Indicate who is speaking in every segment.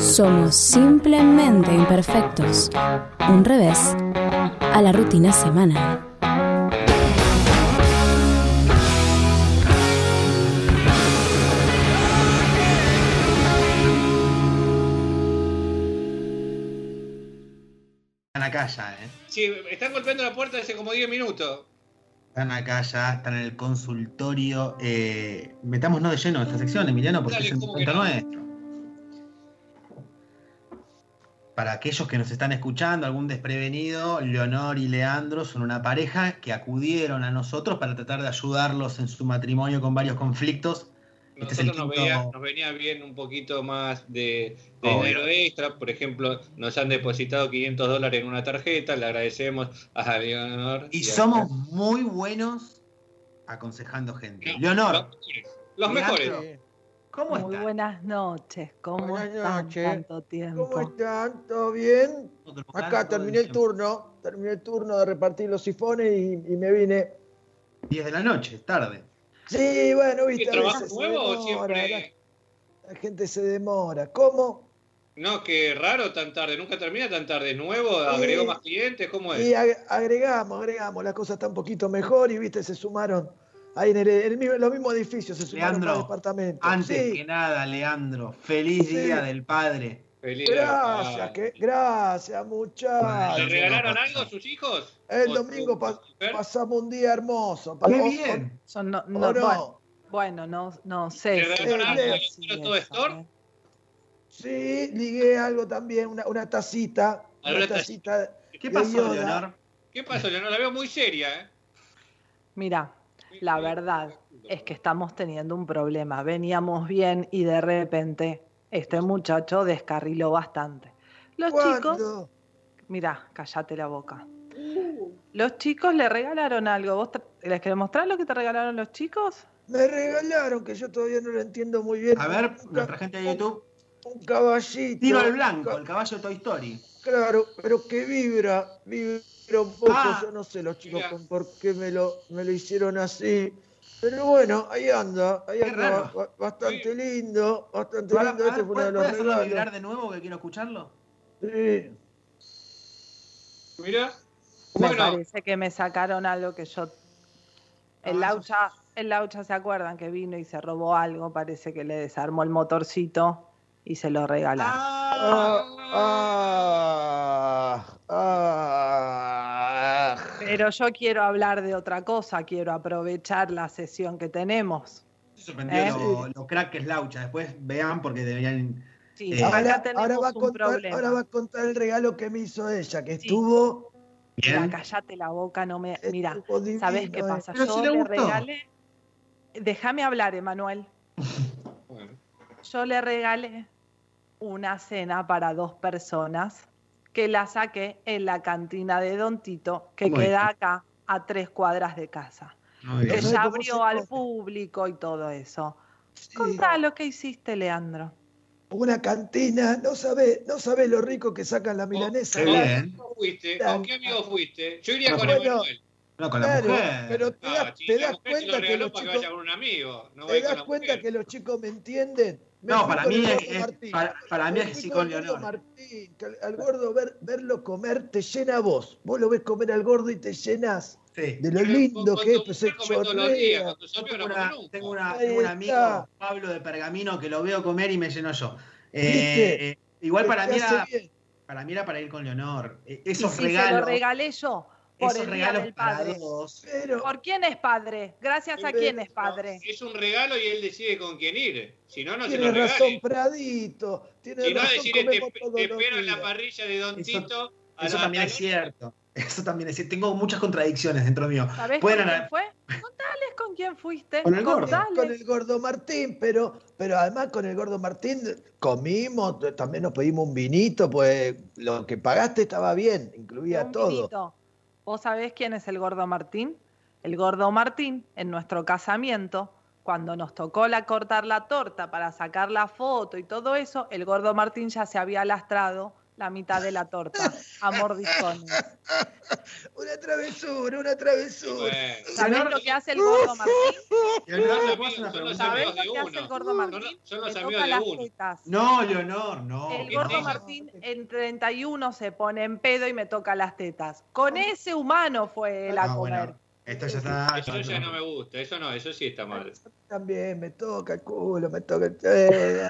Speaker 1: Somos simplemente imperfectos. Un revés a la rutina semanal.
Speaker 2: Están acá ya, ¿eh?
Speaker 3: Sí, están golpeando la puerta hace como 10 minutos.
Speaker 2: Están acá ya, están en el consultorio. Eh, metámonos de lleno en esta sección, Emiliano, porque
Speaker 3: Dale,
Speaker 2: es un
Speaker 3: ¿cómo que
Speaker 2: punto
Speaker 3: no?
Speaker 2: nuestro. Para aquellos que nos están escuchando, algún desprevenido, Leonor y Leandro son una pareja que acudieron a nosotros para tratar de ayudarlos en su matrimonio con varios conflictos. Este es el
Speaker 3: Nosotros nos,
Speaker 2: quinto-
Speaker 3: veía- nos venía bien un poquito más de, de
Speaker 2: Obvio.
Speaker 3: dinero extra. Por ejemplo, nos han depositado 500 dólares en una tarjeta. Le agradecemos a Leonor.
Speaker 2: Y
Speaker 3: a-
Speaker 2: somos muy buenos aconsejando gente.
Speaker 3: No,
Speaker 2: Leonor,
Speaker 3: los mejores. Los mejores.
Speaker 2: Leandro. ¿cómo
Speaker 4: Muy
Speaker 2: estás?
Speaker 4: buenas noches, ¿cómo
Speaker 5: Buenas
Speaker 4: están
Speaker 5: noches.
Speaker 4: tanto tiempo?
Speaker 5: ¿Cómo están? ¿Todo bien? Acá terminé el turno, terminé el turno de repartir los sifones y, y me vine.
Speaker 2: 10 de la noche, tarde.
Speaker 5: Sí, bueno,
Speaker 3: ¿Qué
Speaker 5: viste, a
Speaker 3: trabajo
Speaker 5: veces se
Speaker 3: nuevo o
Speaker 5: demora,
Speaker 3: siempre?
Speaker 5: la, la gente se demora. ¿Cómo?
Speaker 3: No, qué raro tan tarde. Nunca termina tan tarde. Nuevo, agregó más clientes. ¿Cómo es?
Speaker 5: Y ag- agregamos, agregamos, las cosas están un poquito mejor y viste, se sumaron ahí en el, el mismo, los mismos edificios, se sumaron
Speaker 2: Leandro,
Speaker 5: más departamentos.
Speaker 2: Antes
Speaker 5: Sí,
Speaker 2: que nada, Leandro, feliz
Speaker 5: Sí.
Speaker 2: día del padre.
Speaker 3: Feliz
Speaker 5: gracias,
Speaker 3: Navidad.
Speaker 5: que, gracias
Speaker 2: Bueno,
Speaker 3: ¿Le
Speaker 5: muchachos.
Speaker 3: regalaron algo a sus hijos?
Speaker 5: El
Speaker 3: ¿O
Speaker 5: domingo
Speaker 3: tu-
Speaker 5: pas-
Speaker 3: tu mujer?
Speaker 5: pasamos un día hermoso.
Speaker 2: ¡Qué
Speaker 5: O- o-
Speaker 2: bien!
Speaker 4: Son no,
Speaker 5: o
Speaker 4: no-
Speaker 5: no.
Speaker 4: Bueno, no, no sé.
Speaker 3: ¿Te
Speaker 4: si-
Speaker 5: regalaron algo?
Speaker 4: eh,
Speaker 3: ¿Te
Speaker 4: sí,
Speaker 3: regalaron todo
Speaker 4: eso,
Speaker 3: Store?
Speaker 4: eh.
Speaker 5: Sí, ligué algo también, una, una tacita.
Speaker 3: Ah,
Speaker 5: Una
Speaker 3: una tac-
Speaker 5: tacita.
Speaker 2: ¿Qué
Speaker 5: de
Speaker 2: pasó,
Speaker 5: Yoda.
Speaker 2: Leonor?
Speaker 3: ¿Qué pasó? Leonor? la veo muy seria. ¿eh?
Speaker 4: Mira, la verdad es que estamos teniendo un problema. Veníamos bien y de repente este muchacho descarriló bastante. Los chicos,
Speaker 5: ¿Cuándo?
Speaker 4: mira, cállate la boca.
Speaker 5: Uh.
Speaker 4: Los chicos le regalaron algo. ¿Vos tra- les querés mostrar lo que te regalaron los chicos?
Speaker 5: Me regalaron, que yo todavía no lo entiendo muy bien.
Speaker 2: A ver,
Speaker 5: un,
Speaker 2: nuestra
Speaker 5: ca-
Speaker 2: gente de YouTube.
Speaker 5: un caballito.
Speaker 2: Tiro al
Speaker 5: un
Speaker 2: blanco,
Speaker 5: ca-
Speaker 2: el caballo de Toy Story.
Speaker 5: Claro, pero que vibra, vibra un poco.
Speaker 2: Ah.
Speaker 5: yo no sé los chicos
Speaker 3: Mirá.
Speaker 5: con por qué me lo, me lo hicieron así. Pero bueno, ahí anda, ahí
Speaker 2: Qué
Speaker 5: anda,
Speaker 2: raro.
Speaker 5: ba- bastante lindo, bastante
Speaker 2: Para- a
Speaker 5: lindo.
Speaker 2: ver,
Speaker 5: Este fue uno de
Speaker 2: ¿Puedes
Speaker 5: los
Speaker 2: puedes hacerlo vibrar
Speaker 5: regalos.
Speaker 2: de nuevo que quiero escucharlo?
Speaker 5: Sí.
Speaker 3: Mira.
Speaker 4: Me
Speaker 3: Bueno,
Speaker 4: parece que me sacaron algo que yo. El
Speaker 2: Ah,
Speaker 4: Laucha, el Laucha, ¿se acuerdan que vino y se robó algo? Parece que le desarmó el motorcito y se lo regalaron.
Speaker 2: Ah,
Speaker 5: Ah, ah, ah.
Speaker 4: Pero yo quiero hablar de otra cosa, quiero aprovechar la sesión que tenemos.
Speaker 2: se sorprendió
Speaker 4: Eh.
Speaker 2: lo, lo crack que es Laucha. Después vean porque deberían.
Speaker 4: Sí,
Speaker 2: Eh,
Speaker 4: acá
Speaker 5: Ahora,
Speaker 4: tenemos
Speaker 5: ahora va a
Speaker 4: un
Speaker 5: contar,
Speaker 4: problema.
Speaker 5: ahora va a contar el regalo que me hizo ella, que
Speaker 4: Sí.
Speaker 5: estuvo.
Speaker 4: Mira,
Speaker 2: Bien.
Speaker 4: cállate la boca, no
Speaker 5: Eh,
Speaker 4: me. Mira,
Speaker 5: estuvo divino,
Speaker 4: ¿sabés qué
Speaker 5: eh.
Speaker 4: pasa?
Speaker 2: Pero
Speaker 4: Yo
Speaker 2: si le
Speaker 4: le
Speaker 2: gustó.
Speaker 4: regalé. Déjame hablar, Emanuel.
Speaker 3: bueno.
Speaker 4: Yo le regalé una cena para dos personas que la saqué en la cantina de Don Tito, que
Speaker 2: Muy
Speaker 4: queda
Speaker 2: bien.
Speaker 4: acá a tres cuadras de casa.
Speaker 2: Muy
Speaker 4: Que
Speaker 2: bien.
Speaker 5: Eso-
Speaker 4: ya
Speaker 5: cómo se
Speaker 4: abrió al
Speaker 5: come.
Speaker 4: público y todo eso.
Speaker 5: Sí,
Speaker 4: Contá lo que hiciste, Leandro.
Speaker 5: Una cantina, no sabés, no sabés lo rico que sacan la milanesa.
Speaker 2: Qué
Speaker 3: Hola.
Speaker 2: bien.
Speaker 3: ¿Cómo fuiste? ¿Con qué amigo fuiste? Yo iría
Speaker 2: No,
Speaker 3: con
Speaker 5: bueno,
Speaker 3: Emanuel.
Speaker 2: No, con la
Speaker 5: Claro,
Speaker 2: mujer.
Speaker 5: pero te
Speaker 3: Ah,
Speaker 5: das,
Speaker 3: chica,
Speaker 5: te das
Speaker 3: la mujer se
Speaker 5: cuenta
Speaker 3: lo
Speaker 5: que
Speaker 3: regaló
Speaker 5: los
Speaker 3: para
Speaker 5: chicos,
Speaker 3: que vaya con un amigo. No
Speaker 5: te
Speaker 3: vaya
Speaker 5: das
Speaker 3: con la
Speaker 5: cuenta
Speaker 3: mujer.
Speaker 5: que los chicos me entienden. Me
Speaker 2: No,
Speaker 5: fui
Speaker 2: para
Speaker 5: con
Speaker 2: mí
Speaker 5: el
Speaker 2: es,
Speaker 5: gordo
Speaker 2: es-
Speaker 5: Martín.
Speaker 2: para, para mí
Speaker 5: Me
Speaker 2: es
Speaker 5: fui
Speaker 2: así
Speaker 5: con
Speaker 2: con
Speaker 5: el gordo
Speaker 2: Leonor.
Speaker 5: Martín, que al- al gordo ver- verlo comer te llena a vos. Vos lo ves comer al gordo y te llenas
Speaker 2: Sí.
Speaker 5: de lo
Speaker 3: Pero
Speaker 5: lindo
Speaker 3: con-
Speaker 5: que es,
Speaker 3: con tu
Speaker 5: pues se
Speaker 3: mujer come todos los días,
Speaker 5: chorrea.
Speaker 3: con tus amigos no
Speaker 2: Tengo
Speaker 3: come
Speaker 2: una-
Speaker 3: nunca.
Speaker 2: tengo, una-
Speaker 5: Ahí
Speaker 2: tengo un
Speaker 5: está.
Speaker 2: amigo, Pablo de Pergamino, que lo veo comer y me lleno yo.
Speaker 5: ¿Viste?
Speaker 2: Eh, igual
Speaker 5: Te-
Speaker 2: para
Speaker 5: pues, te
Speaker 2: mí,
Speaker 5: hace
Speaker 2: era,
Speaker 5: bien.
Speaker 2: para mí era para ir con Leonor. Eh,
Speaker 4: Y
Speaker 2: Esos
Speaker 4: si se lo
Speaker 2: regalos,
Speaker 4: regalé yo por
Speaker 2: esos
Speaker 4: el Día
Speaker 2: regalos
Speaker 4: del
Speaker 2: para
Speaker 4: Padre.
Speaker 2: dos.
Speaker 5: Pero
Speaker 4: ¿Por quién es padre? Gracias a
Speaker 5: Pero-
Speaker 4: quién es padre.
Speaker 3: Es un regalo y él decide con quién ir. Si no, no se
Speaker 5: tiene
Speaker 3: lo
Speaker 5: razón
Speaker 3: regale.
Speaker 5: Pradito. Tiene
Speaker 3: Si no,
Speaker 5: razón
Speaker 3: decirle, te,
Speaker 5: comemos todos
Speaker 3: te
Speaker 5: los
Speaker 3: espero en la
Speaker 5: días.
Speaker 3: parrilla de Don
Speaker 2: Eso-
Speaker 3: Tito. a
Speaker 2: Eso
Speaker 3: la-
Speaker 2: también
Speaker 3: a
Speaker 2: es
Speaker 3: la-
Speaker 2: cierto. Eso también es cierto. Tengo muchas contradicciones dentro mío.
Speaker 4: ¿Sabés
Speaker 2: Pueden
Speaker 4: con quién
Speaker 2: anar-
Speaker 4: fue? Contales con quién fuiste.
Speaker 2: Con el gordo.
Speaker 4: Contales.
Speaker 5: con el gordo Martín, pero, pero además con el gordo Martín comimos, t- también nos pedimos un vinito, pues lo que pagaste estaba bien, incluía
Speaker 4: un
Speaker 5: todo.
Speaker 4: vinito. ¿Vos sabés quién es el gordo Martín? El gordo Martín, en nuestro casamiento, cuando nos tocó la, cortar la torta para sacar la foto y todo eso, el gordo Martín ya se había lastrado la mitad de la torta a mordizones.
Speaker 5: Una travesura, una travesura.
Speaker 2: eh.
Speaker 3: Bueno.
Speaker 4: ¿Sabés lo que hace el gordo Martín?
Speaker 2: Leonor, ¿le puedo
Speaker 3: amigos,
Speaker 2: hacer una
Speaker 3: son los
Speaker 2: pregunta?
Speaker 4: ¿Sabés
Speaker 3: amigos.
Speaker 4: lo que hace el gordo
Speaker 3: Son
Speaker 4: Martín?
Speaker 3: los- son los
Speaker 4: Le
Speaker 3: amigos
Speaker 4: toca
Speaker 3: de
Speaker 4: las
Speaker 3: uno.
Speaker 4: tetas.
Speaker 2: No, Leonor, no.
Speaker 4: El
Speaker 3: gordo
Speaker 4: gordo
Speaker 3: Ella.
Speaker 4: Martín en 31 se pone en pedo y me toca las tetas. Con ese humano fue él a
Speaker 2: No,
Speaker 4: comer.
Speaker 2: Ah. bueno, esto ya está.
Speaker 3: Eso ya no me gusta, eso no, eso sí está
Speaker 2: Ah,
Speaker 3: mal.
Speaker 5: También me toca el culo, me toca el. eh,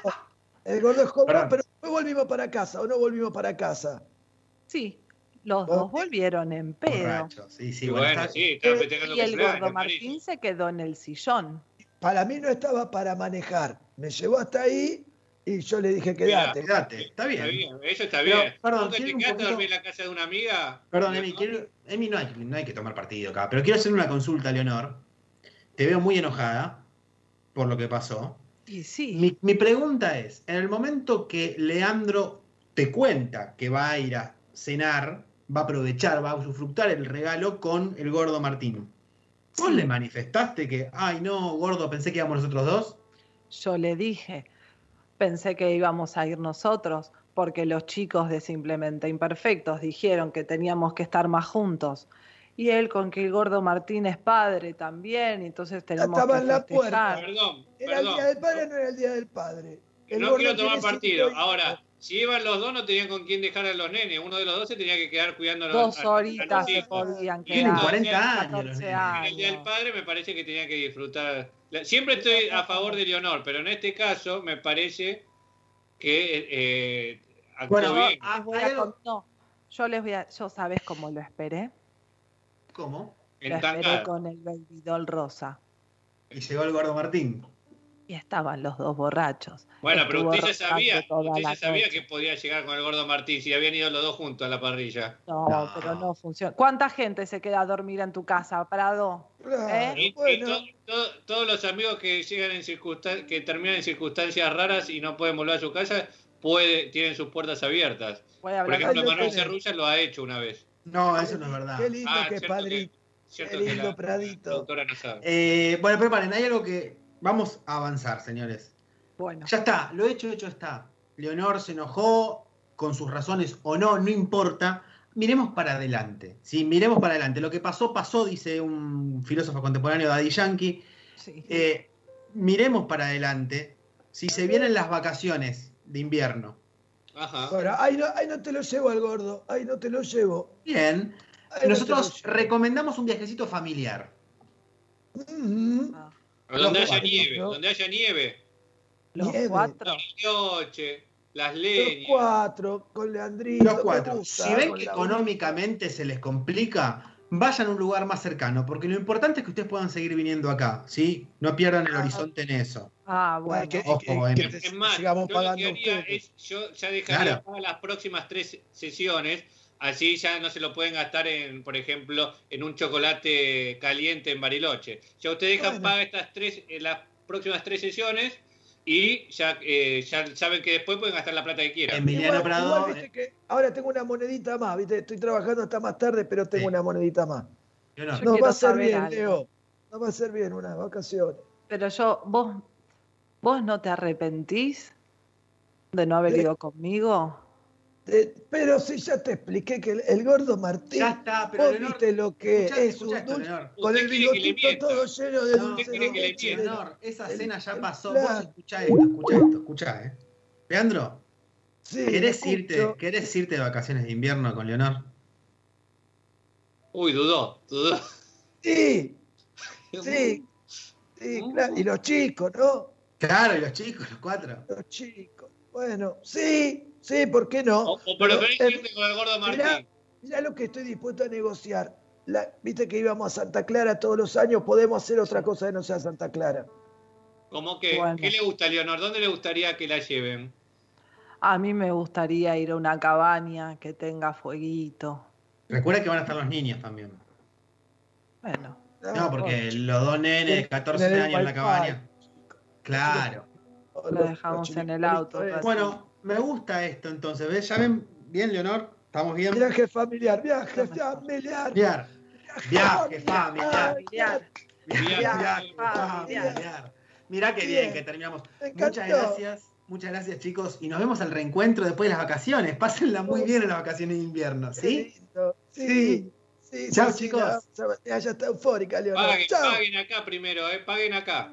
Speaker 5: el gordo es joven,
Speaker 2: Pará.
Speaker 5: pero después volvimos para casa o no volvimos para casa.
Speaker 4: Sí, los
Speaker 5: Vos-
Speaker 4: dos volvieron en pedo. Eh,
Speaker 2: Borracho, Sí, sí,
Speaker 3: Y
Speaker 2: bueno,
Speaker 3: bueno,
Speaker 2: está-
Speaker 3: sí, está festejando
Speaker 4: Y el
Speaker 3: cumpleaños,
Speaker 4: gordo
Speaker 3: Marisa.
Speaker 4: Martín se quedó en el sillón.
Speaker 5: Para mí no estaba para manejar. Me llevó hasta ahí y yo le dije, quédate.
Speaker 2: quédate, está
Speaker 3: Está
Speaker 2: bien.
Speaker 3: bien, eso está
Speaker 2: Pero,
Speaker 3: bien.
Speaker 2: perdón,
Speaker 3: ¿Nunca te
Speaker 2: tiene un
Speaker 3: quedaste
Speaker 2: poquito-
Speaker 3: a dormir en la casa de una amiga?
Speaker 2: Perdón,
Speaker 3: No,
Speaker 2: Emi,
Speaker 3: no.
Speaker 2: quiero- Emi, no, hay, no hay que tomar partido acá, pero quiero hacer una consulta, Leonor. Te veo muy enojada por lo que pasó.
Speaker 4: Y sí,
Speaker 2: Mi, mi pregunta es, en el momento que Leandro te cuenta que va a ir a cenar, va a aprovechar, va a usufructar el regalo con el gordo Martín. ¿Vos le manifestaste que, ay no, gordo, pensé que íbamos nosotros dos?
Speaker 4: yo le dije, pensé que íbamos a ir nosotros, porque los chicos de Simplemente Imperfectos dijeron que teníamos que estar más juntos. Y él con que el gordo Martín es padre también, y entonces tenemos
Speaker 5: estaba
Speaker 4: que
Speaker 5: en la puerta.
Speaker 4: festejar.
Speaker 3: Perdón,
Speaker 5: ¿Era el
Speaker 3: perdón.
Speaker 5: día del padre no era el día del padre? El
Speaker 3: No
Speaker 5: gordo
Speaker 3: quiero tomar
Speaker 5: tiene cinco
Speaker 3: partido.
Speaker 5: hijos.
Speaker 3: Ahora, si iban los dos, no tenían con quién dejar a los nenes. Uno de los dos se tenía que quedar cuidando a los
Speaker 4: Dos
Speaker 3: a- a los
Speaker 4: horitas se
Speaker 3: hijos.
Speaker 4: podían
Speaker 3: Tienen
Speaker 4: quedar.
Speaker 2: 40 años los nenes.
Speaker 4: 14
Speaker 3: En el Día del
Speaker 4: años.
Speaker 3: Padre me parece que tenía que disfrutar. La- Siempre estoy a favor de Leonor, pero en este caso me parece que eh, actuó
Speaker 2: Bueno,
Speaker 3: bien.
Speaker 2: ah,
Speaker 4: Voy
Speaker 2: hay
Speaker 4: a
Speaker 2: algo-
Speaker 4: con- no, yo les voy a, yo sabes cómo lo esperé.
Speaker 2: ¿Cómo?
Speaker 4: Lo
Speaker 3: en
Speaker 4: esperé
Speaker 3: tanga.
Speaker 4: con el baby doll rosa.
Speaker 2: Y llegó el gordo Martín.
Speaker 4: Y estaban los dos borrachos.
Speaker 3: Bueno, pero
Speaker 4: Estuvo
Speaker 3: usted ya
Speaker 4: rozando
Speaker 3: sabía,
Speaker 4: toda
Speaker 3: usted ya
Speaker 4: la
Speaker 3: sabía
Speaker 4: noche.
Speaker 3: que podía llegar con el gordo Martín si habían ido los dos juntos a la parrilla.
Speaker 4: No,
Speaker 2: No.
Speaker 4: pero no funciona. ¿Cuánta gente se queda a dormir en tu casa, Prado?
Speaker 5: Claro,
Speaker 2: ¿Eh?
Speaker 3: Y- y
Speaker 5: bueno,
Speaker 3: to- to- todos los amigos que llegan en circunstan- que terminan en circunstancias raras y no pueden volver a su casa, puede, tienen sus puertas abiertas.
Speaker 4: Puede
Speaker 3: Por
Speaker 4: hablar
Speaker 3: ejemplo,
Speaker 5: Ay, yo
Speaker 3: Manuel
Speaker 5: también.
Speaker 3: Cerrulla lo ha hecho una vez.
Speaker 2: No, eso no es verdad.
Speaker 5: qué lindo
Speaker 3: Ah,
Speaker 5: que es
Speaker 3: cierto que-
Speaker 5: padrito.
Speaker 3: Cierto
Speaker 5: Qué
Speaker 3: que
Speaker 5: lindo
Speaker 3: la
Speaker 5: Pradito.
Speaker 3: productora no sabe.
Speaker 2: Eh, bueno, preparen, hay algo que... Vamos a avanzar, señores.
Speaker 4: Bueno,
Speaker 2: Ya está, lo hecho, hecho está. Leonor se enojó, con sus razones o no, no importa. Miremos para adelante, ¿sí? Miremos para adelante. Lo que pasó, pasó, dice un filósofo contemporáneo, Daddy Yankee.
Speaker 4: sí.
Speaker 2: Eh, miremos para adelante. Si se vienen las vacaciones de invierno,
Speaker 3: Ajá.
Speaker 5: Ahora, ahí no, ahí no te lo llevo al gordo, ahí no te lo llevo.
Speaker 2: bien.
Speaker 5: ahí no
Speaker 2: Nosotros
Speaker 5: te lo llevo.
Speaker 2: recomendamos un viajecito familiar.
Speaker 5: Mm,
Speaker 4: Ah,
Speaker 3: Donde
Speaker 5: Los
Speaker 3: haya
Speaker 5: cuatro,
Speaker 3: nieve,
Speaker 5: ¿no?
Speaker 3: donde haya nieve.
Speaker 4: los
Speaker 5: nieve.
Speaker 4: cuatro.
Speaker 3: Pioche, las
Speaker 5: Los
Speaker 3: leñas.
Speaker 5: cuatro, con Leandrito.
Speaker 2: Los
Speaker 5: me
Speaker 2: cuatro.
Speaker 5: gusta, eh,
Speaker 2: Si ven
Speaker 5: con
Speaker 2: que
Speaker 5: la-
Speaker 2: económicamente se les complica, vayan a un lugar más cercano, porque lo importante es que ustedes puedan seguir viniendo acá, ¿sí? No pierdan el horizonte en eso.
Speaker 4: Ah, bueno.
Speaker 5: Ay, que-
Speaker 2: Ojo,
Speaker 5: que-
Speaker 2: eh.
Speaker 5: que te
Speaker 3: Es más, yo
Speaker 5: sigamos
Speaker 3: lo
Speaker 5: pagando
Speaker 3: que haría
Speaker 5: ustedes.
Speaker 3: es, yo ya dejaría
Speaker 2: Claro.
Speaker 3: para las próximas tres sesiones, así ya no se lo pueden gastar en, por ejemplo, en un chocolate caliente en Bariloche. Ya usted deja
Speaker 5: Bueno.
Speaker 3: para estas tres, eh, las próximas tres sesiones y ya, eh, ya saben que después pueden gastar la plata que quieran.
Speaker 2: Emiliano
Speaker 5: Igual-
Speaker 2: Prado. eh.
Speaker 5: igual, viste que ahora tengo una monedita más, ¿viste? Estoy trabajando hasta más tarde, pero tengo
Speaker 2: Sí.
Speaker 5: una monedita más.
Speaker 2: Leonor.
Speaker 4: Yo
Speaker 5: Nos
Speaker 4: quiero
Speaker 5: va a ser
Speaker 4: saber
Speaker 5: bien,
Speaker 4: algo.
Speaker 5: Leo. Nos va a ser bien una vacación.
Speaker 4: Pero yo, vos, vos no te arrepentís de no haber
Speaker 5: Sí.
Speaker 4: ido conmigo.
Speaker 5: Eh, pero si ya te expliqué que el, el gordo Martín,
Speaker 2: Ya está, pero
Speaker 5: vos
Speaker 2: Leonor,
Speaker 5: viste lo que
Speaker 2: Escuchá-
Speaker 5: es
Speaker 2: escuchá
Speaker 5: un
Speaker 2: esto,
Speaker 5: dulce,
Speaker 2: Leonor.
Speaker 5: con el
Speaker 3: ¿Usted quiere que le
Speaker 5: bigotito
Speaker 3: mienta?
Speaker 5: todo lleno de
Speaker 2: No,
Speaker 5: dulce
Speaker 3: ¿usted quiere
Speaker 5: de
Speaker 3: que le
Speaker 5: leche.
Speaker 3: mienta?
Speaker 2: Leonor, esa
Speaker 5: el-
Speaker 2: cena ya
Speaker 5: el
Speaker 2: pasó.
Speaker 5: plan.
Speaker 2: Vos escuchá esto, escuchá esto, escuchá, eh. Leandro,
Speaker 5: Sí,
Speaker 2: ¿querés
Speaker 5: escucho.
Speaker 2: irte, ¿querés irte de vacaciones de invierno con Leonor?
Speaker 3: Uy, dudó, dudó.
Speaker 5: Sí, sí, sí,
Speaker 3: Mm.
Speaker 5: claro. Y los chicos, ¿no?
Speaker 2: Claro, y los chicos, los cuatro.
Speaker 5: Los chicos. Bueno, sí, sí, ¿por qué no?
Speaker 3: O, o por lo
Speaker 5: Pero,
Speaker 3: menos
Speaker 5: eh,
Speaker 3: irte con el gordo Martín.
Speaker 5: Mirá, mirá lo que estoy dispuesto a negociar. La- Viste que íbamos a Santa Clara todos los años, podemos hacer otra cosa que no sea Santa Clara.
Speaker 3: Como que,
Speaker 4: Bueno.
Speaker 3: ¿qué le gusta, Leonor? ¿Dónde le gustaría que la lleven?
Speaker 4: A mí me gustaría ir a una cabaña que tenga fueguito.
Speaker 2: Recuerda que van a estar los niños también.
Speaker 4: Bueno,
Speaker 2: No, porque los dos nenes de 14
Speaker 5: Nene
Speaker 2: años en la
Speaker 5: Wi-Fi.
Speaker 2: cabaña. Claro.
Speaker 5: Los-
Speaker 4: lo
Speaker 5: Ah, los
Speaker 4: dejamos en el
Speaker 5: chinitos,
Speaker 4: auto,
Speaker 5: eh.
Speaker 4: pues.
Speaker 2: Bueno, me gusta esto entonces. ¿Ves? ¿Ya ven bien, Leonor? ¿Estamos bien?
Speaker 5: Viaje familiar, viaje familiar.
Speaker 2: Familiar. Viaje familiar.
Speaker 4: familiar.
Speaker 2: Viaje familiar.
Speaker 3: Viaje
Speaker 4: familiar.
Speaker 2: Mirá qué bien
Speaker 5: Bien.
Speaker 2: que terminamos.
Speaker 5: Me encantó.
Speaker 2: Muchas gracias. Muchas gracias, chicos. Y nos vemos al reencuentro después de las vacaciones. Pásenla muy bien en las vacaciones de invierno, ¿sí?
Speaker 5: Qué lindo. Sí. sí.
Speaker 2: Chao,
Speaker 5: sí,
Speaker 2: chicos.
Speaker 5: ya- Ya, ya está eufórica, Leonor.
Speaker 3: Paguen,
Speaker 5: Chao.
Speaker 3: paguen acá primero, ¿eh? Paguen acá.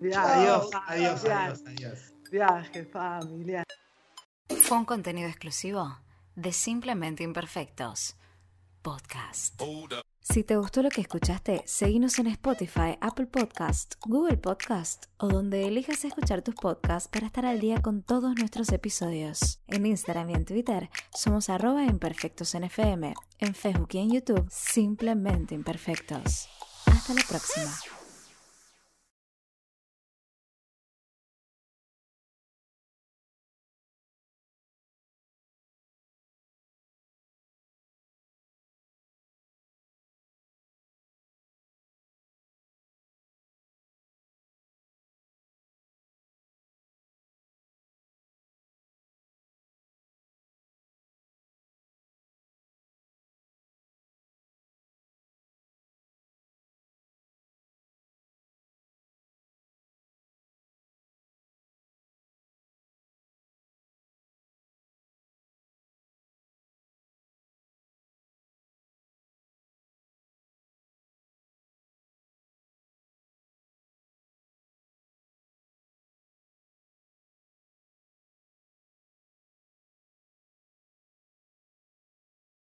Speaker 2: Adiós,
Speaker 4: Viaje,
Speaker 2: adiós,
Speaker 4: viaje,
Speaker 2: adiós, adiós.
Speaker 4: Viaje, familia.
Speaker 1: Fue un contenido exclusivo de Simplemente Imperfectos Podcast. Si te gustó lo que escuchaste, seguinos en Spotify, Apple Podcast, Google Podcast o donde elijas escuchar tus podcasts para estar al día con todos nuestros episodios. En Instagram y en Twitter somos arroba imperfectos en FM, en Facebook y en YouTube Simplemente Imperfectos. Hasta la próxima.